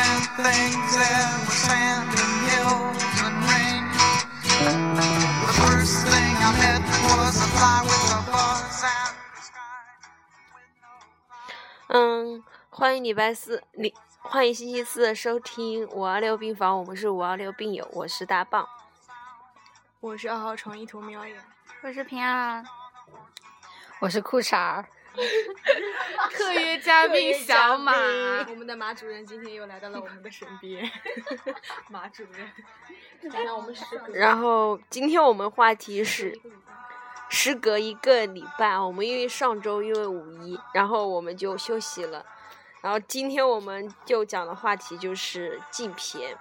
things that were sand and hills and rain. The first thing I met was a fly with a buzz out of the sky. With no fly. 嗯，欢迎礼拜四，礼欢迎星期四的收听五二六病房，我们是五二六病友，我是大棒。我是二号床一图喵眼，我是平安，我是裤衩儿， 特约嘉宾小马。我们的马主任今天又来到了我们的身 边，马主任，讲讲我们十个然后今天我们话题是，时隔一个礼拜，我们因为上周因为五一，然后我们就休息了，然后今天我们就讲的话题就是禁片，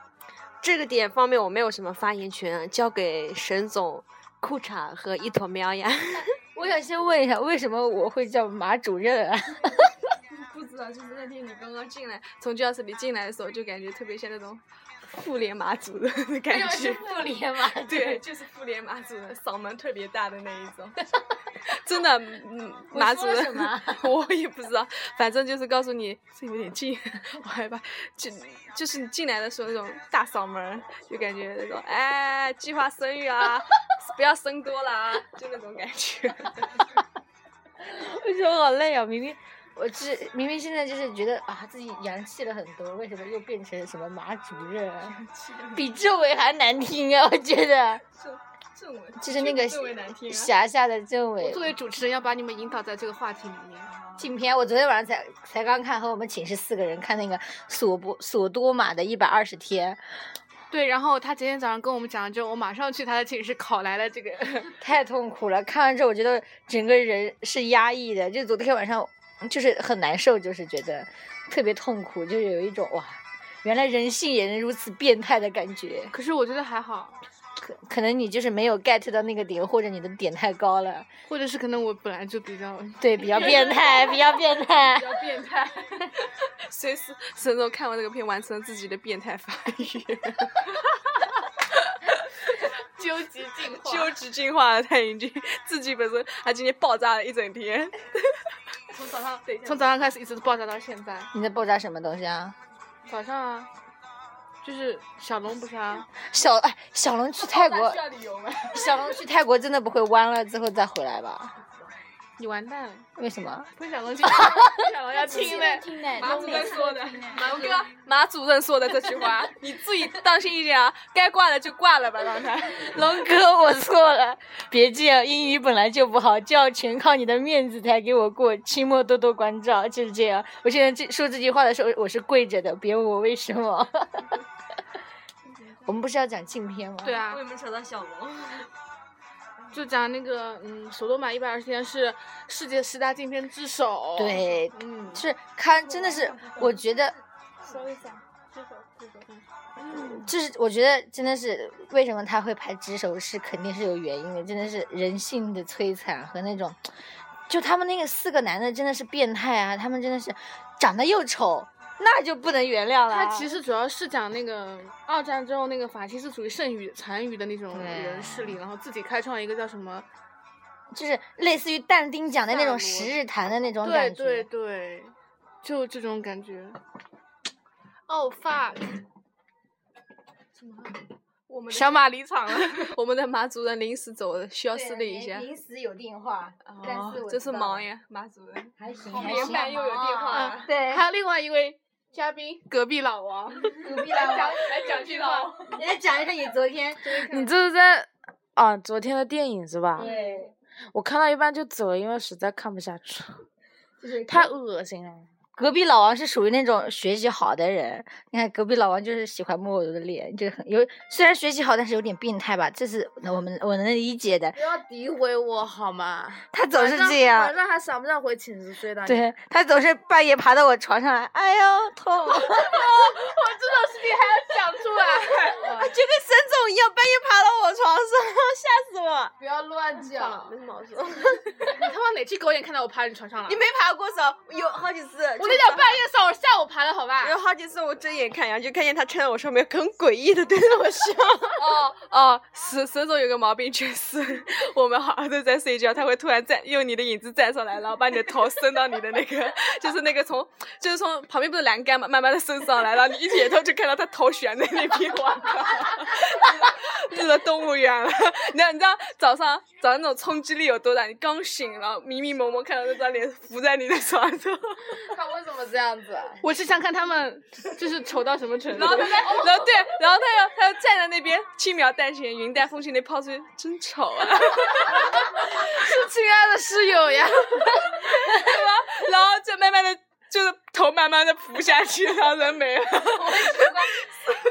这个点方面我没有什么发言权，交给沈总、裤衩和一坨喵呀。 我想先问一下，为什么我会叫马主任啊？不知道，就是那天你刚刚进来，从教室里进来的时候，就感觉特别像那种妇联马主任的感觉。，妇联马对，就是妇联马主任，嗓门特别大的那一种。 真的，嗯我马主说任什 么，啊我也不知道，反正就是告诉你，这有点近， 我害怕。就就是你进来的时候那种大嗓门儿，就感觉那种哎，计划生 育啊，不要生多了啊，就那种感觉。为什么好累啊？明明我这明明现在就是觉得啊自己洋气了很多，为什么又变成什么马主任啊、比政委还难听啊！我觉得，这我就是那个这我也难听啊辖下的政委。作为主持人，要把你们引导在这个话题里面。啊影片，我昨天晚上才才刚看，和我们寝室四个人看那个索博索多玛的一百二十天，对，然后他今天早上跟我们讲，就我马上去他的寝室考来了这个。 太痛苦了。看完之后，我觉得整个人是压抑的，就昨天晚上就是很难受，就是觉得特别痛苦，就是有一种哇，原来人性也能如此变态的感觉。可是我觉得还好，可可能你就是没有 get 到那个点，或者你的点太高了，或者是可能我本来就比较对，比较变态，比较变态 比。较变 态，随时沈总看完这个片，完成了自己的变态发育，究极进化究极进化了。他已经 自己本身，他今天爆炸了一整天，从早上从从早上开始一直爆炸到现在。你在爆炸什么东西啊？早上啊，就是小龙不是啊，小哎，小龙去泰国，要旅游吗？小龙去泰国真的不会弯了之后再回来吧？你完蛋了，为什么？不是 小龙去，小龙要亲嘞。听的，马主任说的，马哥马主任说的这句话，你自己当心一点啊，该挂了就挂了吧，让他。龙哥，我错了，别这样，英语本来就不好，就要全靠你的面子才给我过，期末多多关照，就是这样。我现在这说这句话的时候，我是跪着的，别问我为什么。 我们不是要讲禁片吗？对啊，没有想到小龙？就讲那个，嗯，首都马一百二十天是世界十大禁片之首。，对，嗯，是看，真的是，我觉得说一下，这首这首。就是我觉得真的是为什么他会排《只手》是肯定是有原因的，真的是人性的摧残和那种，就他们那个四个男的真的是变态啊，他们真的是长得又丑，那就不能原谅了啊。它其实主要是讲那个二战之后那个法西斯主义剩余残余的那种对人势力，然后自己开创一个叫什么？就是类似于但丁讲的那萨种罗十日谈的那种对感觉。对对，就这种感觉。哦、fuck！我们小马离场 了，我们的马主任临时走了，需要私对立一下。临时有电话，但哦是我真知是道忙了，呀，马主任。还行，好还连行麦又有哦电话啊 对，还有另外一位嘉宾，隔壁老王，隔壁老王，来讲句话。 你来讲一下你昨天，你这是在啊？昨天的电影是吧？对，我看到一半就走了，因为实在看不下去， 就是太恶心了。隔壁老王是属于那种学习好的人，你看隔壁老王就是喜欢摸我的脸，就是很有虽然学习好，但是有点变态吧，这是我们我能理解的。不要诋毁我好吗？他总是这样，上还想不想回寝室睡的 对，对 他总是半夜爬到我床上来，哎呦痛！这种事情还要讲讲出来， 就跟沈总一样，半夜爬到我床 上，吓死我！不要乱算了，讲。啊没什么好 说。你他妈哪只狗眼看到我爬你床上了？你没爬过手，有好几次。我那天半夜上，我下午爬的好吧？ 有好几次我睁眼看，然后就看见他站在我上面，很诡异的对着我 笑。哦哦，沈沈总有个毛病，就是我们好像都在睡觉，他会突然站用你的影子站上来，然后把你的头伸到你的那个，就是那个从就是从旁边不是栏杆嘛，慢慢的伸上来，然后你一眼头就看到他头悬在那边，我靠，日了动物园了。你知道你知道早上早上那种冲击力有多大？你刚醒，然后迷迷蒙蒙看到那张脸浮在你的床上。他为什么这样子啊？我是想看他们就是丑到什么程度。然后 他在，然后对，然后他又他又站在那边，轻描淡写，云淡风轻的抛出去，真丑啊！ 亲爱的室友呀，然后就慢慢的，就是头慢慢的浮下去，然后人没了。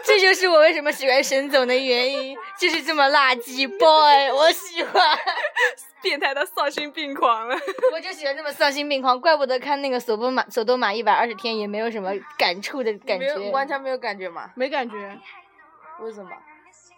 这就是我为什么喜欢沈总的原因，就是这么垃圾 boy，我喜欢， 变态到丧心病狂了。我就喜欢这么丧心病狂，怪不得看那个索多玛索多玛一百二十天也没有什么感触的感没有觉。嗯完全没有感觉嘛？没感觉，为什么？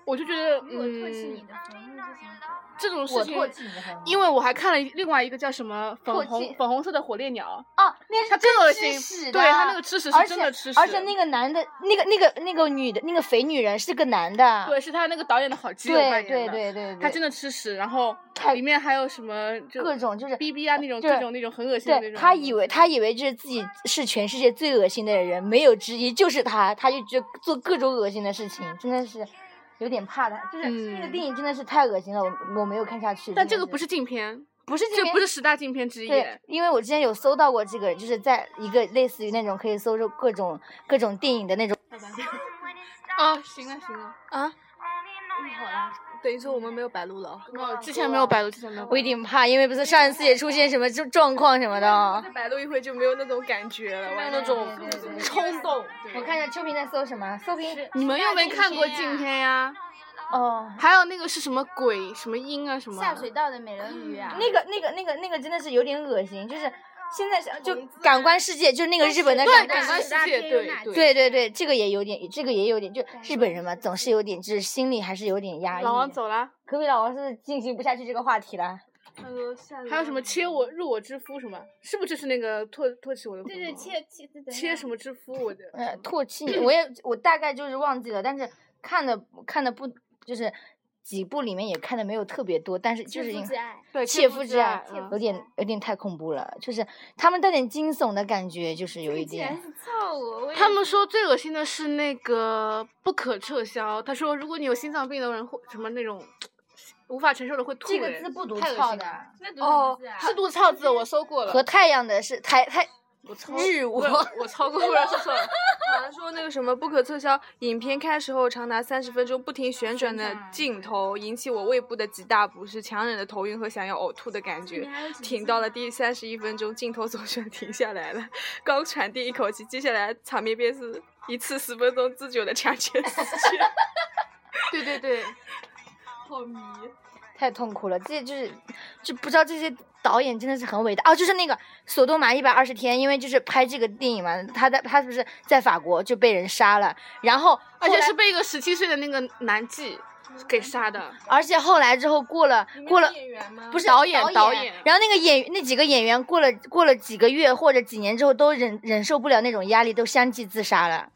我就觉得如果唾弃你嗯，的坟墓就行了。这种我事情，唾弃你的很因为我还看了另外一个叫什么粉唾红弃粉红色的火烈鸟，哦，那是它更恶心吃屎的对它那个吃屎而是且真的吃屎，而且那个男的，那个那个那个女的，那个肥女人是个男的。对是他那个导演的好基友对扮演对的，对对对，他真的的吃屎，然后太里面还有什么就各种就是 BB 啊那种就是各种那种很恶心的那对种，他以为他以为就是自己是全世界最恶心的人，没有之一，就是他，他就就做各种恶心的事情，真的是有点怕他。就是那个嗯电影真的是太恶心了，我我没有看下去。但真这的个不是禁片，不是这边不是十大禁片之一。对，因为我之前有搜到过这个，就是在一个类似于那种可以搜着各种各种电影的那种。哦，行了行了，等于说我们没有白录了。我哦之前没有百度，之前没有百度。我有点怕，因为不是上一次也出现什么状状况什么的哦。白露一会就没有那种感觉了，没有完那全种冲动，我看一下秋萍在搜什么，搜屏你们又没看过禁片呀？哦，还有那个是什么鬼什么音啊什么？下水道的美人鱼 啊？那个、那个、那个、那个真的是有点恶心，就是现在是就感官世界，就是那个日本的对感感官官世世界。界，对对。对对对，这个也有点，这个也有点，就日本人嘛，总是有点，就是心里还是有点压抑。老王，走了，可比老王是进行不下去这个话题了。嗯还有什么切我入我之夫什么？是不是就是那个唾唾弃我的？对对，切切对对。切什么之夫？我的呃，唾弃你，我也我大概就是忘记了，但是看的看的不就是几部里面也看的没有特别多，但是就是因挚爱，对切肤之爱嗯有点有点太恐怖了，就是他们带点惊悚的感觉，就是有一竟然点。是操我！我也他们说最恶心的是那个不可撤销。他说，如果你有心脏病的人或什么那种无法承受的会吐这人。个字不读太恶操心的了啊，那读哦什么字啊，是读操字，我搜过了。和太阳的是太太我操日我我我超过，忽然说错了，好像说那个什么不可撤销，影片开始后长达三十分钟不停旋转的镜头，引起我胃部的极大不适，强忍着头晕和想要呕吐的感觉。挺到了第三十一分钟，镜头总算停下来了，刚喘第一口气，接下来场面便是一次十分钟之久的强奸 事件。对对对，太痛苦了，这就是就不知道这些导演真的是很伟大哦。就是那个《索多玛一百二十天》，因为就是拍这个电影嘛，他在他是不是在法国就被人杀了，然后而且是被一个十七岁的那个男妓给杀的。而且后来之后过了过了。不是导演导导演然后那个演那几个演员过了过了几个月或者几年之后，都忍忍受不了那种压力，都相继自杀了，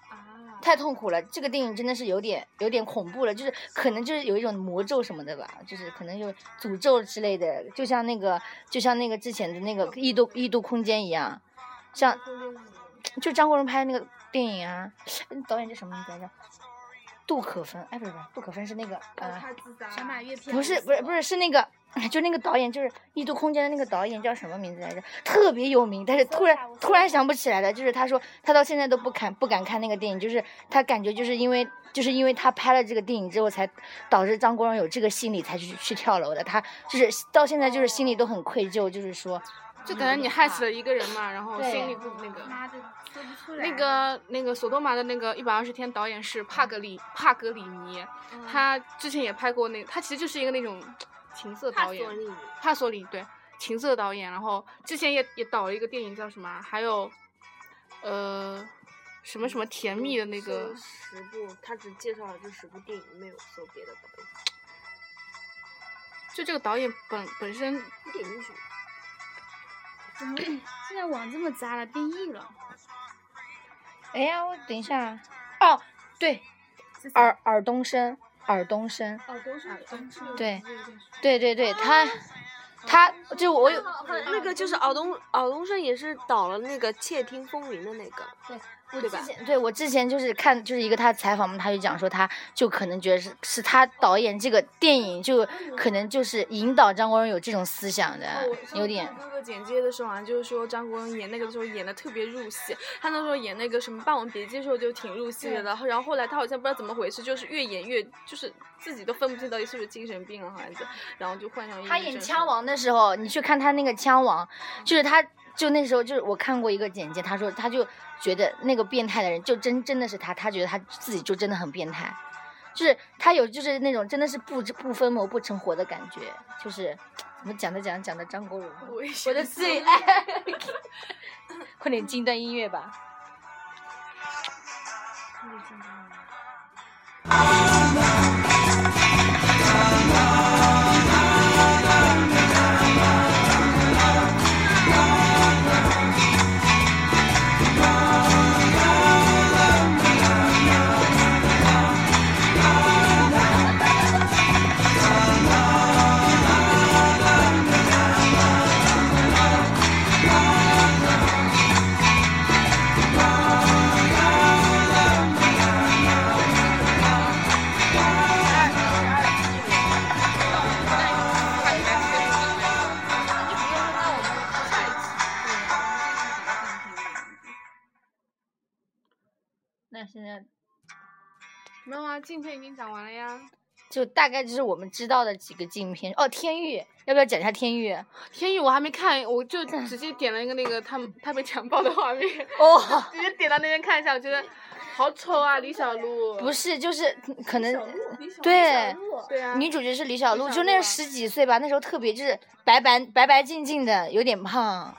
太痛苦了。这个电影真的是有点有点恐怖了，就是可能就是有一种魔咒什么的吧，就是可能有诅咒之类的，就像那个就像那个之前的那个《异度异度空间》一样，像就张国荣拍那个电影啊，导演叫什么名字来着？杜可风，哎，不是不是，杜可风是那个呃，小马月票不是不是不是是那个，哎就那个导演，就是《异度空间》的那个导演叫什么名字来着？特别有名，但是突然我搜一下突然想不起来了。就是他说他到现在都不敢不敢看那个电影，就是他感觉就是因为就是因为他拍了这个电影之后，才导致张国荣有这个心理才去去跳楼的。他就是到现在就是心里都很愧疚，就是说就感觉你害死了一个人嘛，然后嗯对心里不那个。妈的，说不出来。那个那个索多玛的嗯那个一百二十天导演是帕格里帕格里尼，他之前也拍过那，他其实就是一个那种情色导演，帕索里对情色导演，然后之前也也导了一个电影叫什么啊，还有呃什么什么甜蜜的那个，十部，他只介绍了这十部电影，没有搜别的东西。就这个导演本本身你点进去，怎么现在网这么杂了，变异了？哎呀，我等一下啊，哦，对，尔尔冬升，尔冬升，哦，都是真是对对对对，他他就我有那个嗯就是敖东，敖东升也是导了那个《窃听风云》的那个，我对之吧前对我之前就是看就是一个他采访嘛，他就讲说他就可能觉得是是他导演这个电影就可能就是引导张国荣有这种思想的哦我上，次有点看那个简介的时候好像就是说张国荣演那个的时候演的特别入戏，他那时候演那个什么《霸王别姬》的时候就挺入戏的，然后然后后来他好像不知道怎么回事，就是越演越就是自己都分不清到底是不是精神病了，好像是，然后就患嗯上抑郁他演症枪王的时候，你去看他那个枪王，就是他就那时候就是我看过一个简介，他说他就觉得那个变态的人就真真的是他，他觉得他自己就真的很变态，就是他有就是那种真的是不知不分谋不成活的感觉，就是怎么讲着讲着讲着张国荣，我的最爱， 快点进一段音乐吧。那现在没有啊，镜片已经讲完了呀。就大概就是我们知道的几个禁片哦，《天域》要不要讲一下《天域》？天宇我还没看，我 就直接点了一个那个他们他被强暴的画面， 哦，直接点到那边看一下，我觉得好丑啊，李小璐。不是，是，就是可能小对。鹿对啊，女主角是李小李璐，小就璐那啊十几岁吧，那时候特别就是白白白白净净的，有点胖。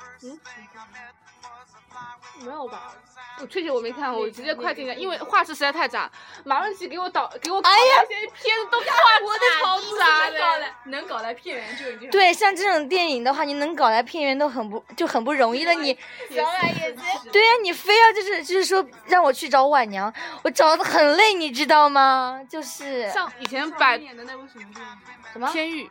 没有吧？我确实我没看，我直接快进了，因为画质实在太渣。马文琪给我导给我哎呀，些片子都画啊质超渣的。能搞来骗人就已经对，像这种电影的话，你能搞来片源都很不就很不容易了。啊你小奶也是对呀、啊你非要就是就是说让我去找晚娘，我找的很累，你知道吗？就是像以前百演的那部什么电影？什么天域，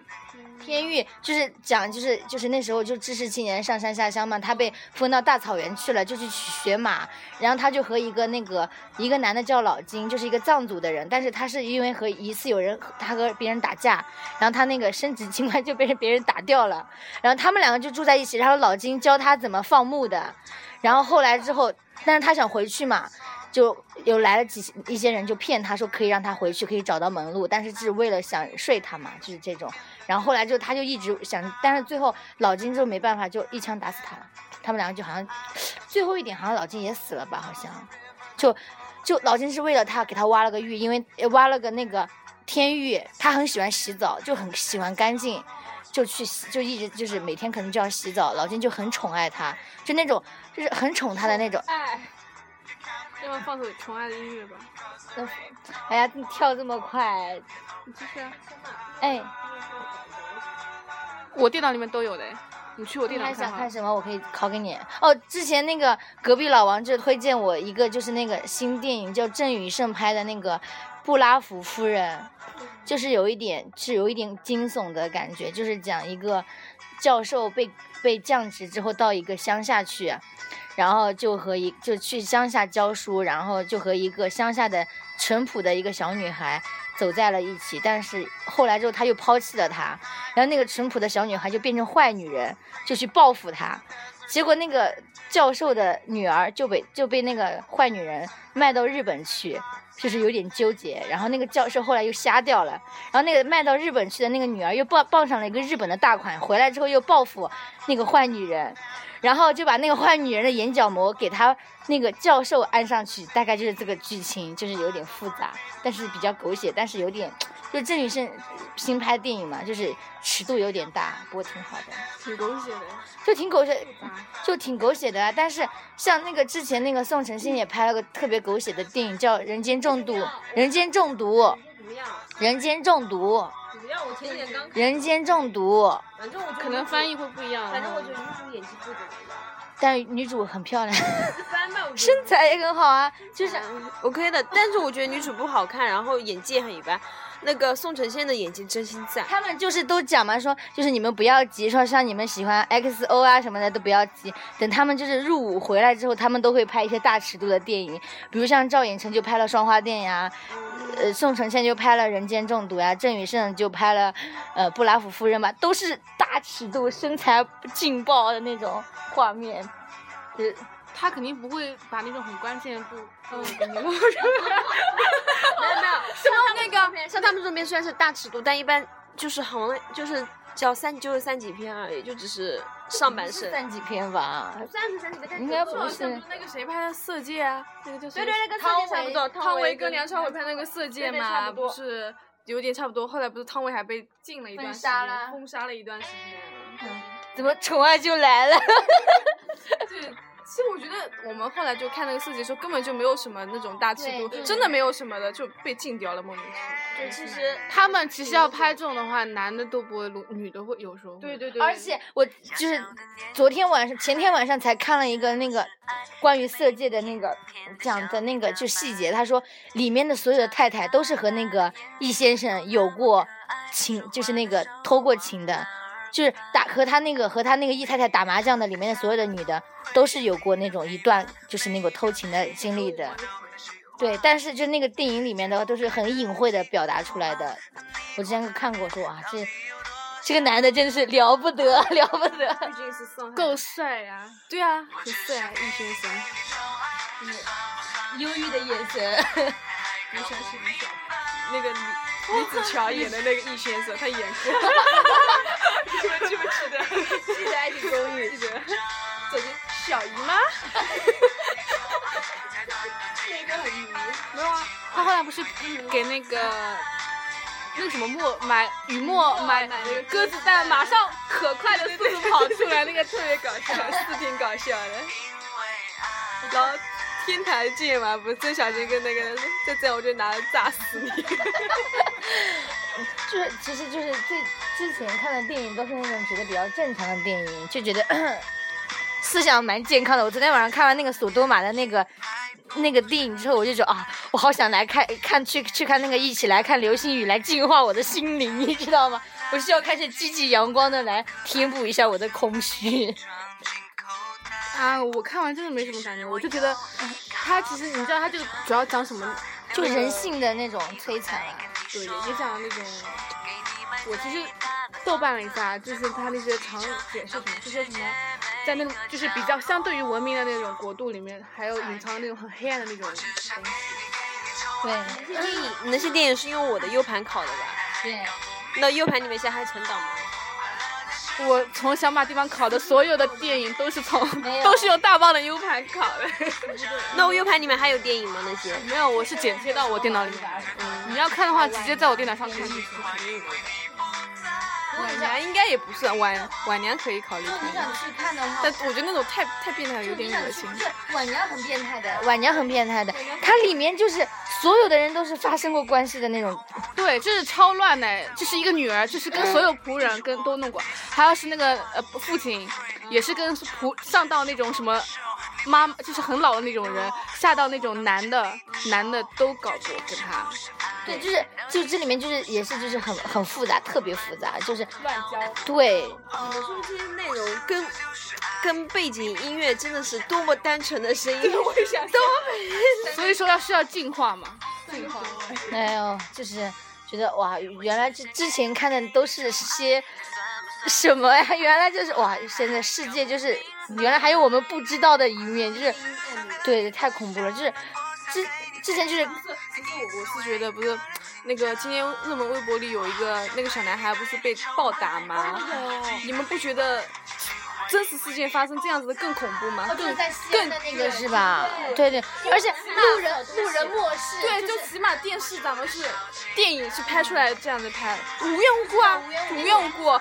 天域，就是讲就是就是那时候就知识青年上山下乡嘛，他被分到大草原去了，就去学马，然后他就和一个那个一个男的叫老金，就是一个藏族的人，但是他是因为和一次有人他和别人打架，然后他那个生殖器官就被别人打掉了，然后他们两个就住在一起，然后老金教他怎么放牧的，然后后来之后，但是他想回去嘛。就有来了几一些人就骗他说可以让他回去，可以找到门路，但是是为了想睡他嘛，就是这种。然后后来就他就一直想，但是最后老金就没办法，就一枪打死他了。他们两个就好像最后一点好像老金也死了吧，好像就就老金是为了他给他挖了个浴，因为呃挖了个那个天浴，他很喜欢洗澡，就很喜欢干净。就去洗，就一直就是每天可能就要洗澡，老金就很宠爱他，就那种就是很宠他的那种。要不要放首宠爱的音乐吧？ 哎呀，你跳这么快，你继续啊。哎，我电脑里面都有的，哎你去我电你脑还看想看哈。什么？我可以拷给你。哦，之前那个隔壁老王就推荐我一个，就是那个新电影叫郑宇盛拍的那个《布拉福夫人》，就是有一点是有一点惊悚的感觉，就是讲一个教授被被降职之后到一个乡下去，然后就和一就去乡下教书，然后就和一个乡下的淳朴的一个小女孩走在了一起，但是后来之后他又抛弃了她，然后那个淳朴的小女孩就变成坏女人，就去报复她，结果那个教授的女儿就被就被那个坏女人卖到日本去，就是有点纠结。然后那个教授后来又瞎掉了，然后那个卖到日本去的那个女儿又傍傍上了一个日本的大款，回来之后又报复那个坏女人，然后就把那个坏女人的眼角膜给她那个教授安上去，大概就是这个剧情，就是有点复杂，但是比较狗血，但是有点就郑宇盛新拍电影嘛，就是尺度有点大，不过挺好的，挺狗血的。就挺狗血，就挺狗血的啊。但是像那个之前那个宋承宪也拍了个特别狗血的电影，叫《人间中毒》，《人间中毒》，不要，人间中毒，不要！我前几天刚，人间中毒。反正我可能翻译，会不一样。嗯反正我觉得女主演技不怎么样，但女主很漂亮，一般吧，我觉 身得嗯材也很好啊，就是。 OK 的。但是我觉得女主不好看，然后演技也很一般。那个宋承宪的演技真心赞，他们就是都讲嘛，说就是你们不要急，说像你们喜欢 XO 啊什么的都不要急，等他们就是入伍回来之后，他们都会拍一些大尺度的电影，比如像赵寅成就拍了《双花店》呀，呃，宋承宪就拍了《人间中毒》呀，郑宇盛就拍了呃《布拉夫夫人》嘛，都是大尺度、身材劲爆的那种画面，就是他肯定不会把那种很关键的部嗯，那个像他们这边虽然是大尺度，但一般就是好像就是叫三就是三级片而已，就只是上半身。算几篇吧，算是三级片，但应该不像是不是那个谁拍的《色戒》啊，那个叫什对么？对，对，跟三级汤差不唯多。汤唯唯跟梁朝伟拍那个《色戒对》对差嘛，不多是有点差不多。后来不是汤唯还被禁了一段封时杀间，了封杀了一哎段时间。怎么宠爱就来了？对，其实我觉得我们后来就看那个《色戒》的时候，根本就没有什么那种大尺对度对，真的没有什么的，就被禁掉了，莫名其妙。对，其实他们其实要拍这种的话，男的都不会录，女的会有时候。对对对而且我就是昨天晚上、前天晚上才看了一个那个关于色戒的那个讲的那个就细节，他说里面的所有的太太都是和那个易先生有过情，就是那个偷过情的，就是打和他那个和他那个易太太打麻将的里面的所有的女的都是有过那种一段就是那个偷情的经历的。对，但是就那个电影里面的话都是很隐晦的表达出来的。我之前看过说啊，这这个男的真是了不得， 了不得。毕竟是上海够帅呀！对啊，很帅啊，易先生。忧郁的眼神。 那个李李子 乔演的那个易先生，他演 过。你们记不记得？记得《爱情公寓》。记得。走进小姨妈。那个很迷。没有啊，他后来不是给那个。那个什么墨买雨墨买鸽子蛋，马上可快的速度跑出来，那个特别搞笑，是挺搞笑的。然后天台见嘛，不是郑小军跟那个人说，再这样我就拿着炸死你。就是，其实就是最之前看的电影都是那种觉得比较正常的电影，就觉得 思想蛮健康的。我昨天晚上看完那个《索多玛》的那个那个电影之后，我就觉得啊，我好想来看看去去看那个一起来看流星雨，来净化我的心灵，你知道吗？我需要开始积极阳光的来填补一下我的空虚。啊，我看完真的没什么感觉，我就觉得他其实你知道他这个主要讲什么？就人性的那种摧残啊、对，也讲那种。我其实豆瓣了一下，就是他那些常解释什么，就说什么，在那种就是比较相对于文明的那种国度里面，还有隐藏那种很黑暗的那种东西。对电影那些电影是用我的 U 盘拷的吧？对，那 U 盘里面现在还存档吗？我从小马地方考的所有的电影都是从没有都是用大棒的 U 盘考的。 那我 U 盘里面还有电影吗？那些？没有，我是剪切到我电脑里面。你要看的话，直接在我电脑上看。晚年哎应该也不算，晚晚年可以考虑看，去看的话但我觉得那种太太变态了，有点恶心。就是晚娘很变态的，晚娘很变态的，它里面就是所有的人都是发生过关系的那种，对，就是超乱的，就是一个女儿，就是跟所有仆人跟都弄过，还有是那个呃父亲，也是跟仆上到那种什么妈，就是很老的那种人，下到那种男的男的都搞过跟他。对，就是就这里面就是也是就是很很复杂，特别复杂，就是乱交，对，我说这些内容跟跟背景音乐真的是多么单纯的 声音，我想多所以说要需要进化嘛。哎呦，就是觉得哇，原来之之前看的都是些什么呀？ 原来就是哇，现在世界就是原来还有我们不知道的一面，就是对，太恐怖了，就是之之前就是其实我我是觉得不是，那个今天热门微博哦里有一个那个小男孩不是被暴打吗？你们不觉得真实事件发生这样子的更恐怖吗？哦，就是更在西安的那个是吧？对对，而且路人路人漠视，对，就就是起码电视咱们是电影是拍出来这样子拍，无缘无故啊，哦无缘无故，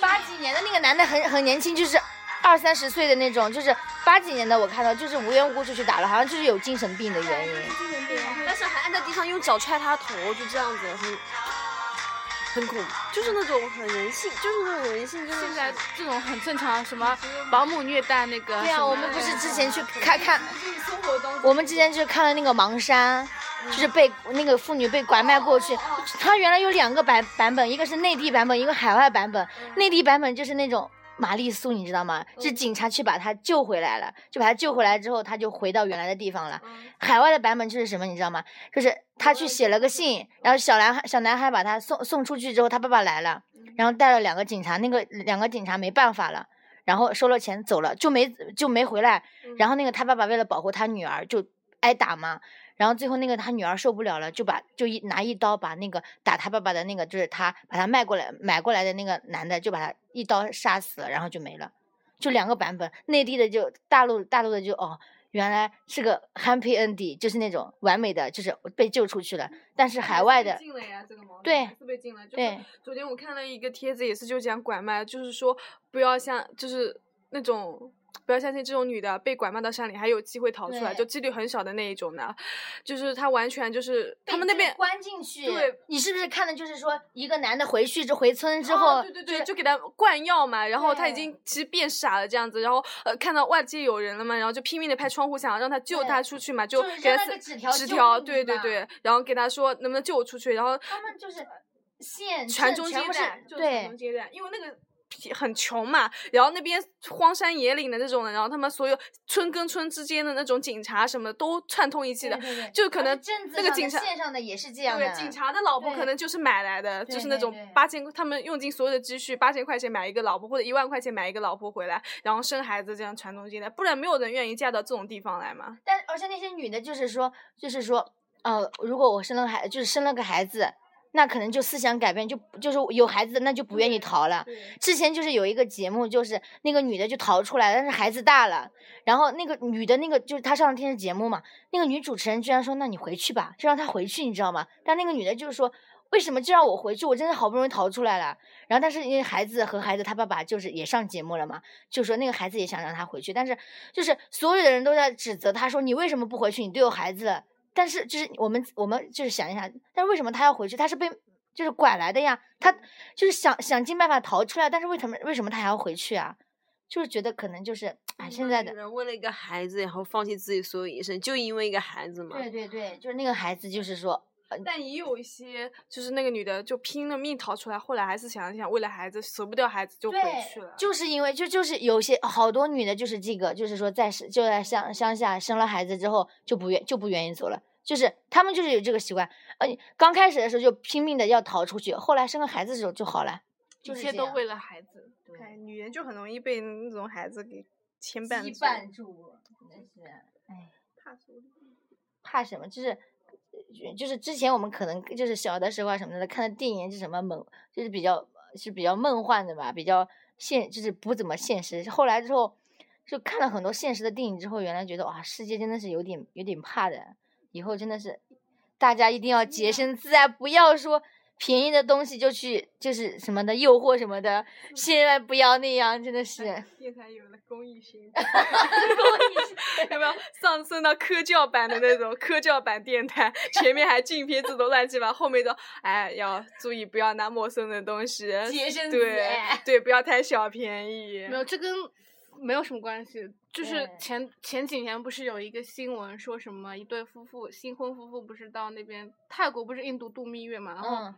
八几年的那个男的很很年轻，就是二三十岁的那种，就是八几年的，我看到就是无缘无故就去打了，好像就是有精神病的原因。但是还按在地上用脚踹他头，就这样子，很很恐怖，就是那种很人性，就是那种人性，就是现在这种很正常，什么保姆虐待那个什么，对啊，我们不是之前去看看，我们之前去看了那个盲山，嗯就是被那个妇女被拐卖过哦去。它原来有两个版版本，一个是内地版本，一个海外版本。嗯内地版本就是那种玛丽苏，你知道吗？是警察去把她救回来了，就把她救回来之后，她就回到原来的地方了。嗯海外的版本就是什么，你知道吗？就是他去写了个信，然后小男孩小男孩把他送送出去之后，他爸爸来了，嗯然后带了两个警察，那个两个警察没办法了。然后收了钱走了，就没就没回来。嗯然后那个他爸爸为了保护他女儿，就挨打嘛。然后最后那个他女儿受不了了，就把就一拿一刀把那个打他爸爸的那个，就是他把他卖过来买过来的那个男的，就把他一刀杀死了，然后就没了。就两个版本，内地的就大陆大陆的就哦，原来是个 happy ending，就是那种完美的，就是被救出去了。但是海外的进了呀，这个毛病对还是被禁了，就是对昨天我看了一个帖子，也是就讲拐卖，就是说不要像就是那种不要相信这种女的被拐卖到山里还有机会逃出来，对就几率很小的那一种的，就是她完全就是他们那边关进去，对，你是不是看的就是说一个男的回去之回村之哦后，对对对，就给他灌药嘛，然后他已对经其实变傻了这样子，然后呃看到外界有人了嘛，然后就拼命的拍窗户，想让他救对他出去嘛，就就是给扔他了撕个纸条纸救条，命对对吧对，然后给他说能不能救我出去，然后他们就是县传嗯全宗部接是代，就是传对宗，接代，因为那个皮很穷嘛，然后那边荒山野岭的那种的，然后他们所有村跟村之间的那种警察什么的都串通一气的，对对对就可而且能镇子那上个的警察县上的也是这样对，的警察的老婆可对能就是买来的，就是对那对种对八千，他们用尽所有的积蓄，八千块钱买一个老婆，或者一万块钱买一个老婆回来，然后生孩子这样传宗接代，不然没有人愿意嫁到这种地方来嘛。但而且那些女的，就是说，就是说，呃，如果我生了个孩，就是生了个孩子，那可能就思想改变，就就是有孩子的那就不愿意逃了。之前就是有一个节目，就是那个女的就逃出来，但是孩子大了，然后那个女的那个就是她上了电视节目嘛，那个女主持人居然说：“那你回去吧，就让她回去，你知道吗？”但那个女的就是说。为什么就让我回去？我真的好不容易逃出来了。然后，但是因为孩子和孩子他爸爸就是也上节目了嘛，就说那个孩子也想让他回去，但是就是所有的人都在指责他说你为什么不回去？你都有孩子了。但是就是我们我们就是想一想，但是为什么他要回去？他是被就是拐来的呀，他就是想想尽办法逃出来，但是为什么为什么他还要回去啊？就是觉得可能就是啊哎现在的人为了一个孩子，然后放弃自己所有一生，就因为一个孩子嘛。对对对，就是那个孩子就是说但也有一些，就是那个女的就拼了命逃出来，后来还是想一想，为了孩子舍不掉孩子就回对去了。就是因为就就是有些好多女的，就是这个，就是说在是就在乡乡下生了孩子之后就不愿就不愿意走了，就是她们就是有这个习惯，呃，刚开始的时候就拼命的要逃出去，后来生个孩子之后就好了，就一是切这都样为了孩子。哎，女人就很容易被那种孩子给牵绊羁住绊住，真是哎，怕什么？就是。呃就是之前我们可能就是小的时候啊什么的，看的电影是什么梦，就是比较是比较梦幻的吧，比较现就是不怎么现实。后来之后就看了很多现实的电影之后，原来觉得哇，世界真的是有点有点怕的。以后真的是大家一定要洁身自爱，不要说便宜的东西就去就是什么的诱惑什么的，嗯千万不要那样，真的哎是。电台有了哎公益 性， 有没有上升到科教版的那种科教版电台？前面还禁片这种乱七八，后面都哎要注意不要拿陌生的东西，洁身自对爱对，不要贪小便宜没。有，这跟没有什么关系。就是对前前几年不是有一个新闻说什么一对夫妇新婚夫妇不是到那边泰国不是印度度蜜月嘛，然后嗯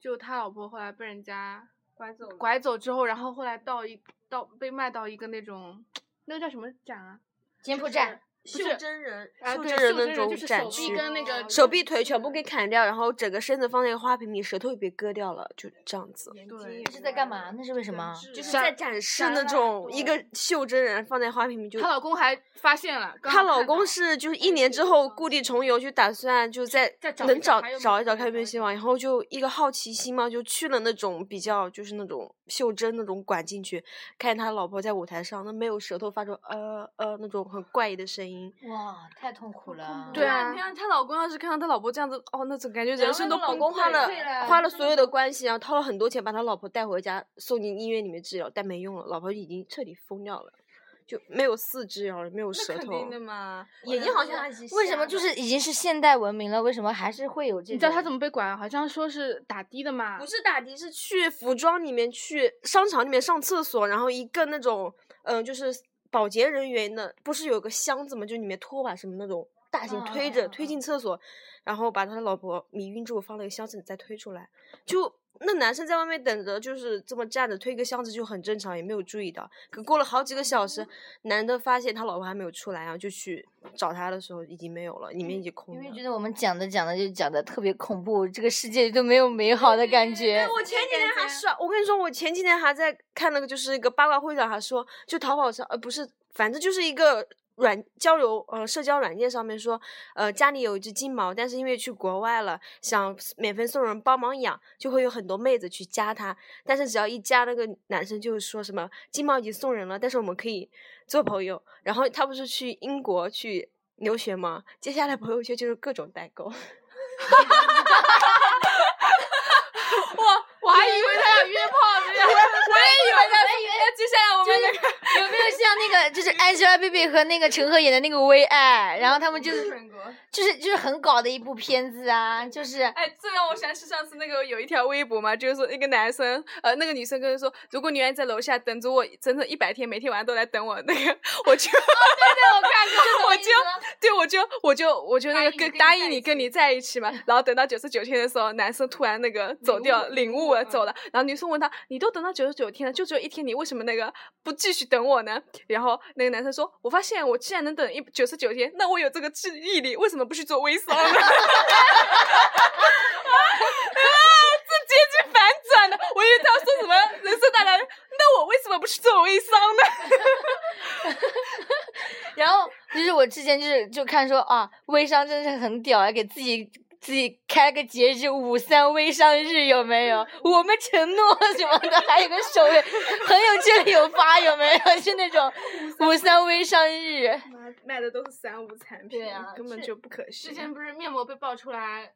就他老婆后来被人家拐走，拐走之后，然后后来到一到被卖到一个那种那个叫什么展啊？柬埔寨袖珍人，啊袖对珍袖人的珍人那种就是展手臂区，跟那个手臂腿全部给砍掉，然后整个身子放在一个花瓶里，舌头也被割掉了，就这样子。对那是在干嘛？那是为什么？就是在展示那种一个袖珍人放在花瓶里就她。老公还发现了，刚她好老看到公是就是一年之后故地重游，就打算就在再找一能找找还有没找有一找看别有的没有希望，然后就一个好奇心嘛，就去了那种比较就是那种袖珍那种馆进去，看他老婆在舞台上，那没有舌头发出呃呃那种很怪异的声音，哇，太痛苦了。对啊啊，你看她老公要是看到她老婆这样子，哦，那种感觉人人生生都都崩老溃公花了了花了所有的关系，然后掏了很多钱把他老婆带回家送进医院里面治疗，但没用了，老婆已经彻底疯掉了，就没有四肢，然后没有那舌肯头定，的 嘛。眼睛好像还是为什么就是已经是现代文明了，为什么还是会有这种？你知道她怎么被管？好像说是打的的嘛不。是打的，是去服装里面去商场里面上厕所，然后一个那种嗯、呃就是保洁人员的，不是有个箱子吗？就里面拖把什么那种大型推哦着、推进厕所，然后把他的老婆迷晕之后放了个箱子里再推出来，就。那男生在外面等着，就是这么站着推个箱子就很正常，也没有注意到。可过了好几个小哦时，男的发现他老婆还没有出来，然后就去找他的时候已经没有了，里面已经空因了为。觉得我们讲的讲的就讲的特别恐怖，这个世界都没有美好的感觉。我前几天还刷，我跟你说，我前几天还在看那个，就是一个八卦会上还说，就淘宝上，呃，不是，反正就是一个软交流，呃，社交软件上面说，呃，家里有一只金毛，但是因为去国外了，想免费送人帮忙养，就会有很多妹子去加他，但是只要一加那个男生，就是说什么金毛已经送人了，但是我们可以做朋友。然后他不是去英国去留学吗？接下来朋友圈就是各种代购。 我还以为她要约炮呢， 我也以为她。哎，接下来我们那 个有没有像那个就是 Angelababy 和那个陈赫演的那个《为爱》，然后他们就是就是就是很搞的一部片子啊，就是哎，这让我想起上次那个有一条微博嘛，就是说那个男生，呃，那个女生跟他说，如果你愿意在楼下等着我整整一百天，每天晚上都来等我，那个我就，我看过哦我就，对我就我就我就那个跟答应你跟你在一起 嘛，然后等到九十九天的时候，男生突然那个走掉，领悟了走了，然后女生问他，你都等到九十九天了，就只有一天，你为什么那个不继续等我呢？然后那个男生说，我发现我既然能等一九十九天，那我有这个记忆力，为什么不去做 微商呢？啊这结局反转了，我以为他说什么人生大难，那我为什么不去做微商呢？然后就是我之前就是就看说啊，微商真的是很屌啊，给自己自己开了个节日五三微商日有没有？我们承诺什么的，还有个首尾，很有这里有发有没有？ 是那种五三微商日。卖的都是三无产品，对啊根本就不可信。之前不是面膜被爆出来，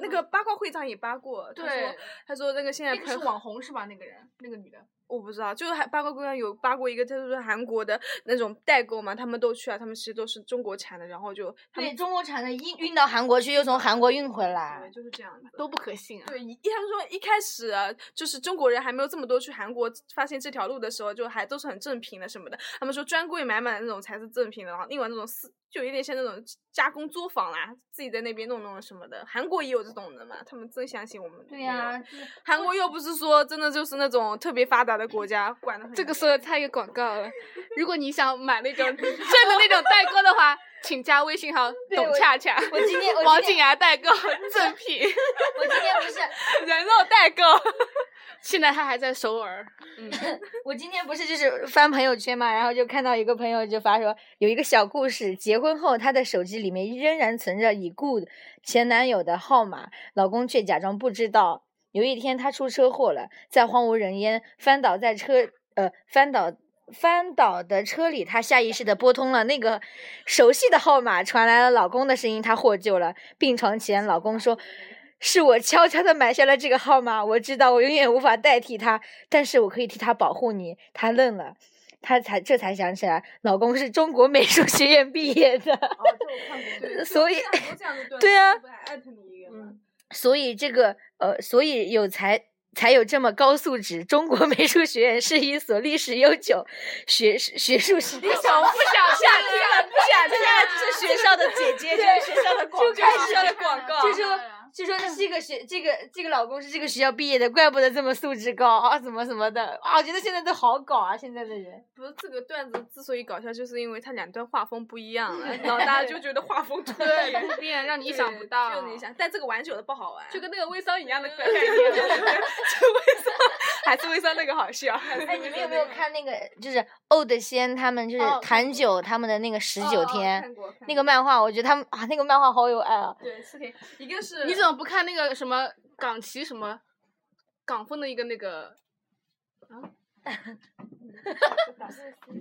那个八卦会上也扒过，他说对他说那个现在那个朋是友网红是吧？那个人，那个女的，我不知道，就是还八卦会上有扒过一个，就是韩国的那种代购嘛，他们都去啊，他们其实都是中国产的，然后就他们对中国产的运运到韩国去，又从韩国运回来对。就是这样的。都不可信啊。对，一他说一开始啊、就是中国人还没有这么多去韩国发现这条路的时候，就还都是很正品的什么的。他们说专柜买买的那种才是正品的，然后另外那种私就有点像那种加工作坊啦，自己在那边弄弄什么的。韩国也有这种的嘛，他们真相信我们。对呀、就是韩国又不是说真的就是那种特别发达的国家，管的很严。这个时候插一个广告 了，如果你想买那种真的那种代购的话，请加微信号对董我恰恰，我今天我王今景天牙代购正品，我今天不是 人肉代购，现在他还在首尔。我今天不是就是翻朋友圈嘛，然后就看到一个朋友就发说有一个小故事，结婚后她的手机里面仍然存着已故前男友的号码，老公却假装不知道。有一天她出车祸了，在荒无人烟翻倒在车呃翻倒。翻倒的车里，她下意识的拨通了那个熟悉的号码，传来了老公的声音，她获救了。病床前，老公说：“是我悄悄的买下了这个号码，我知道我永远无法代替他，但是我可以替他保护你。他愣了，他才这才想起来，老公是中国美术学院毕业的， 所以对啊不还艾特你一个吗？ 所以这个呃，所以有才。才有这么高素质。中国美术学院是一所历史悠久、学学术史。 你想不想下听 了？不想听了，就是学校的姐姐，就是学校的广告，学校的广告就说就说这是一个学，这个这个老公是这个学校毕业的，怪不得这么素质高啊，怎么怎么的啊！我觉得现在都好搞啊，现在的人。 不是这个段子之所以搞笑，就是因为它两段画风不一样了，然后大家就觉得画风突然对，不变，让你意想不到。就你想，但这个玩久了不好玩，就就跟那个微商一样的概念。还是微商那个好笑。哎，你们有没有看那个就是欧德仙他们就是哦谭九他们的那个十九天、看过看那个漫画？我觉得他们啊，那个漫画好有爱啊！过对是的，一个是你怎么不看那个什么港旗什么港风的一个那个啊？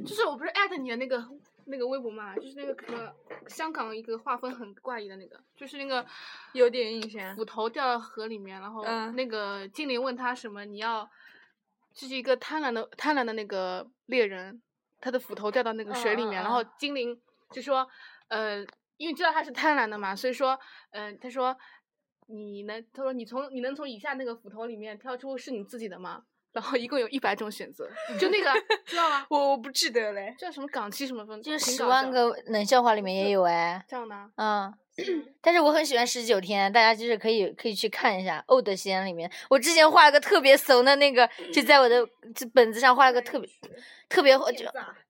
就是我不是艾特你的那个那个微博嘛，就是那个什么香港一个画风很怪异的那个，就是那个有点印象？斧头掉到河里面，然后嗯那个精灵问他什么，你要就是一个贪婪的贪婪的那个猎人，他的斧头掉到那个水里面，然嗯后精灵就说，呃，因为知道他是贪婪的嘛，所以说，嗯、他说你能，他说你从你能从以下那个斧头里面挑出是你自己的吗？然后一共有一百种选择，就 那个知道吗？我我不记得嘞。叫什么港期什么分，就是挺十搞万笑个冷笑话里面也有哎，这样的啊。嗯。 但是我很喜欢十九天，大家就是可以可以去看一下《欧德仙》里面。我之前画了个特别怂的那个，就在我的这本子上画了个特别特别就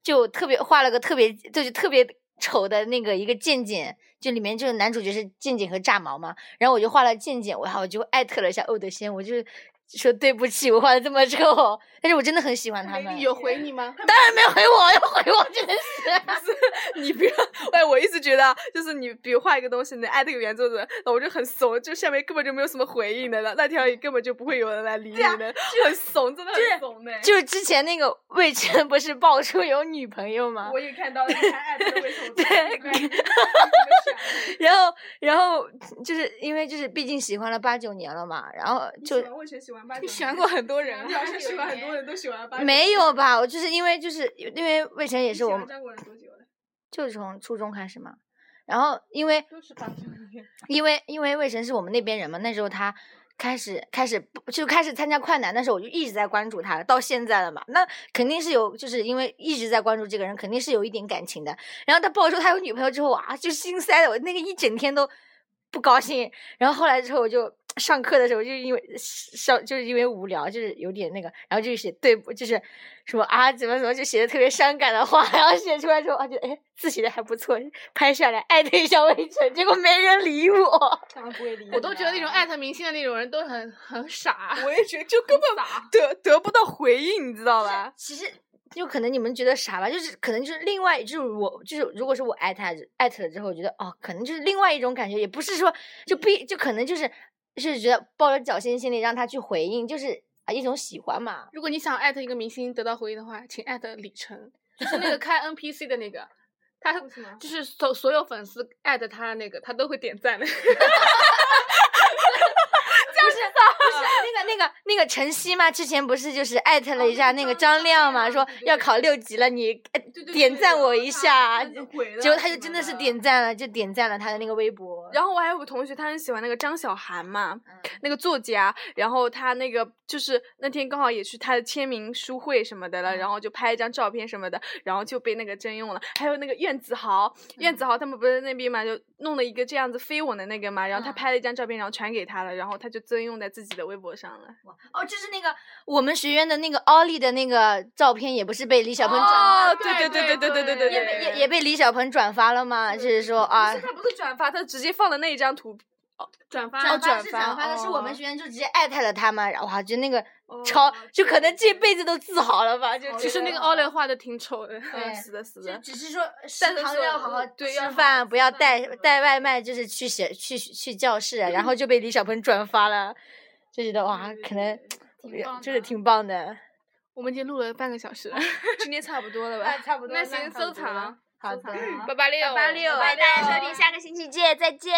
就特别画了个特别就是特别丑的那个一个剑剑，就里面就是男主角是剑剑和炸毛嘛。然后我就画了剑剑，我还我就艾特了一下欧德仙，我就是说对不起，我画的这么丑，但是我真的很喜欢他们。有回你 吗？当然没有回我，要回我真的是。 你不要，哎，我一直觉得啊，就是你，比如画一个东西，你艾特个原作者，我就很怂，就下面根本就没有什么回应的，那那条也根本就不会有人来理你的，很怂，真的很怂哎呢。就是之前那个魏晨不是爆出有女朋友吗？也看到了，你还艾特了为什么啊对，然后然后就是因为就是毕竟喜欢了八九年了嘛，然后就我全喜欢八你喜欢过很多人啊，是喜欢很多人都喜欢 八没有吧？我就是因为就是因为魏晨也是我们张国人多久了？就是从初中开始嘛，然后因为都是八九年。因为因为魏晨是我们那边人嘛，那时候他开始开始不就开始参加快男的时候，我就一直在关注他，到现在了嘛，那肯定是有，就是因为一直在关注这个人，肯定是有一点感情的。然后他爆出他有女朋友之后啊，就心塞的，我那个一整天都不高兴。然后后来之后我就。上课的时候就因为上就是因为无聊，就是有点那个，然后就写对不，就是什么啊怎么怎么就写的特别伤感的话，然后写出来之后，啊觉得哎字写的还不错，拍下来艾特一下魏晨，结果没人理我。当然不会理你啊我都觉得那种艾特明星的那种人都很很傻。我也觉得就根本傻得得不到回应，你知道 吧？其实就可能你们觉得傻吧，就是可能就是另外就是我就是如果是我艾特艾特了之后，我觉得哦，可能就是另外一种感觉，也不是说就必就可能就是是觉得抱着侥幸心理让他去回应，就是啊一种喜欢嘛。如果你想艾特一个明星得到回应的话，请艾特李晨，就是那个 开 NPC 的那个，他就是所所有粉丝艾特他的那个，他都会点赞的。不是不是那个那个那个晨曦嘛，之前不是就是艾特了一哦下那个张亮嘛，说要考六级了，你呃点赞我一下，结果他就真的是点赞了，就点赞了他的那个微博。然后我还有个同学，他很喜欢那个张小涵嘛，那个作家。然后他那个就是那天刚好也去他的签名书会什么的了，然后就拍一张照片什么的，然后就被那个征用了。还有那个苑子豪，苑子豪他们不是那边嘛，就弄了一个这样子飞吻的那个嘛，然后他拍了一张照片，然后传给他了，然后他就征用在自己的微博上了。哦，就是那个我们学院的那个奥利的那个照片，也不是被李小鹏转发，哦对对对对对对也对被也也被李小鹏转发了吗？就是说啊不是，，他不是转发，他直接放了那一张图片。转发转转是发转发的是我们哦学院就直接艾特了他嘛，然后哇，就那个超，就可能这辈子都自豪了吧，就其实那个奥利画的挺丑的，对 嗯，是的，是就的。只是说但食是堂说要好好对要好吃好饭，不要带带外卖，就是去写去去教室，然后就被李小鹏转发了，就觉得哇，可能就是挺棒的。我们已经录了半个小时了。今天差不多了吧？哎，差不那行，收藏，好的。八八六，八六欢迎大家收听，下个星期见，再见。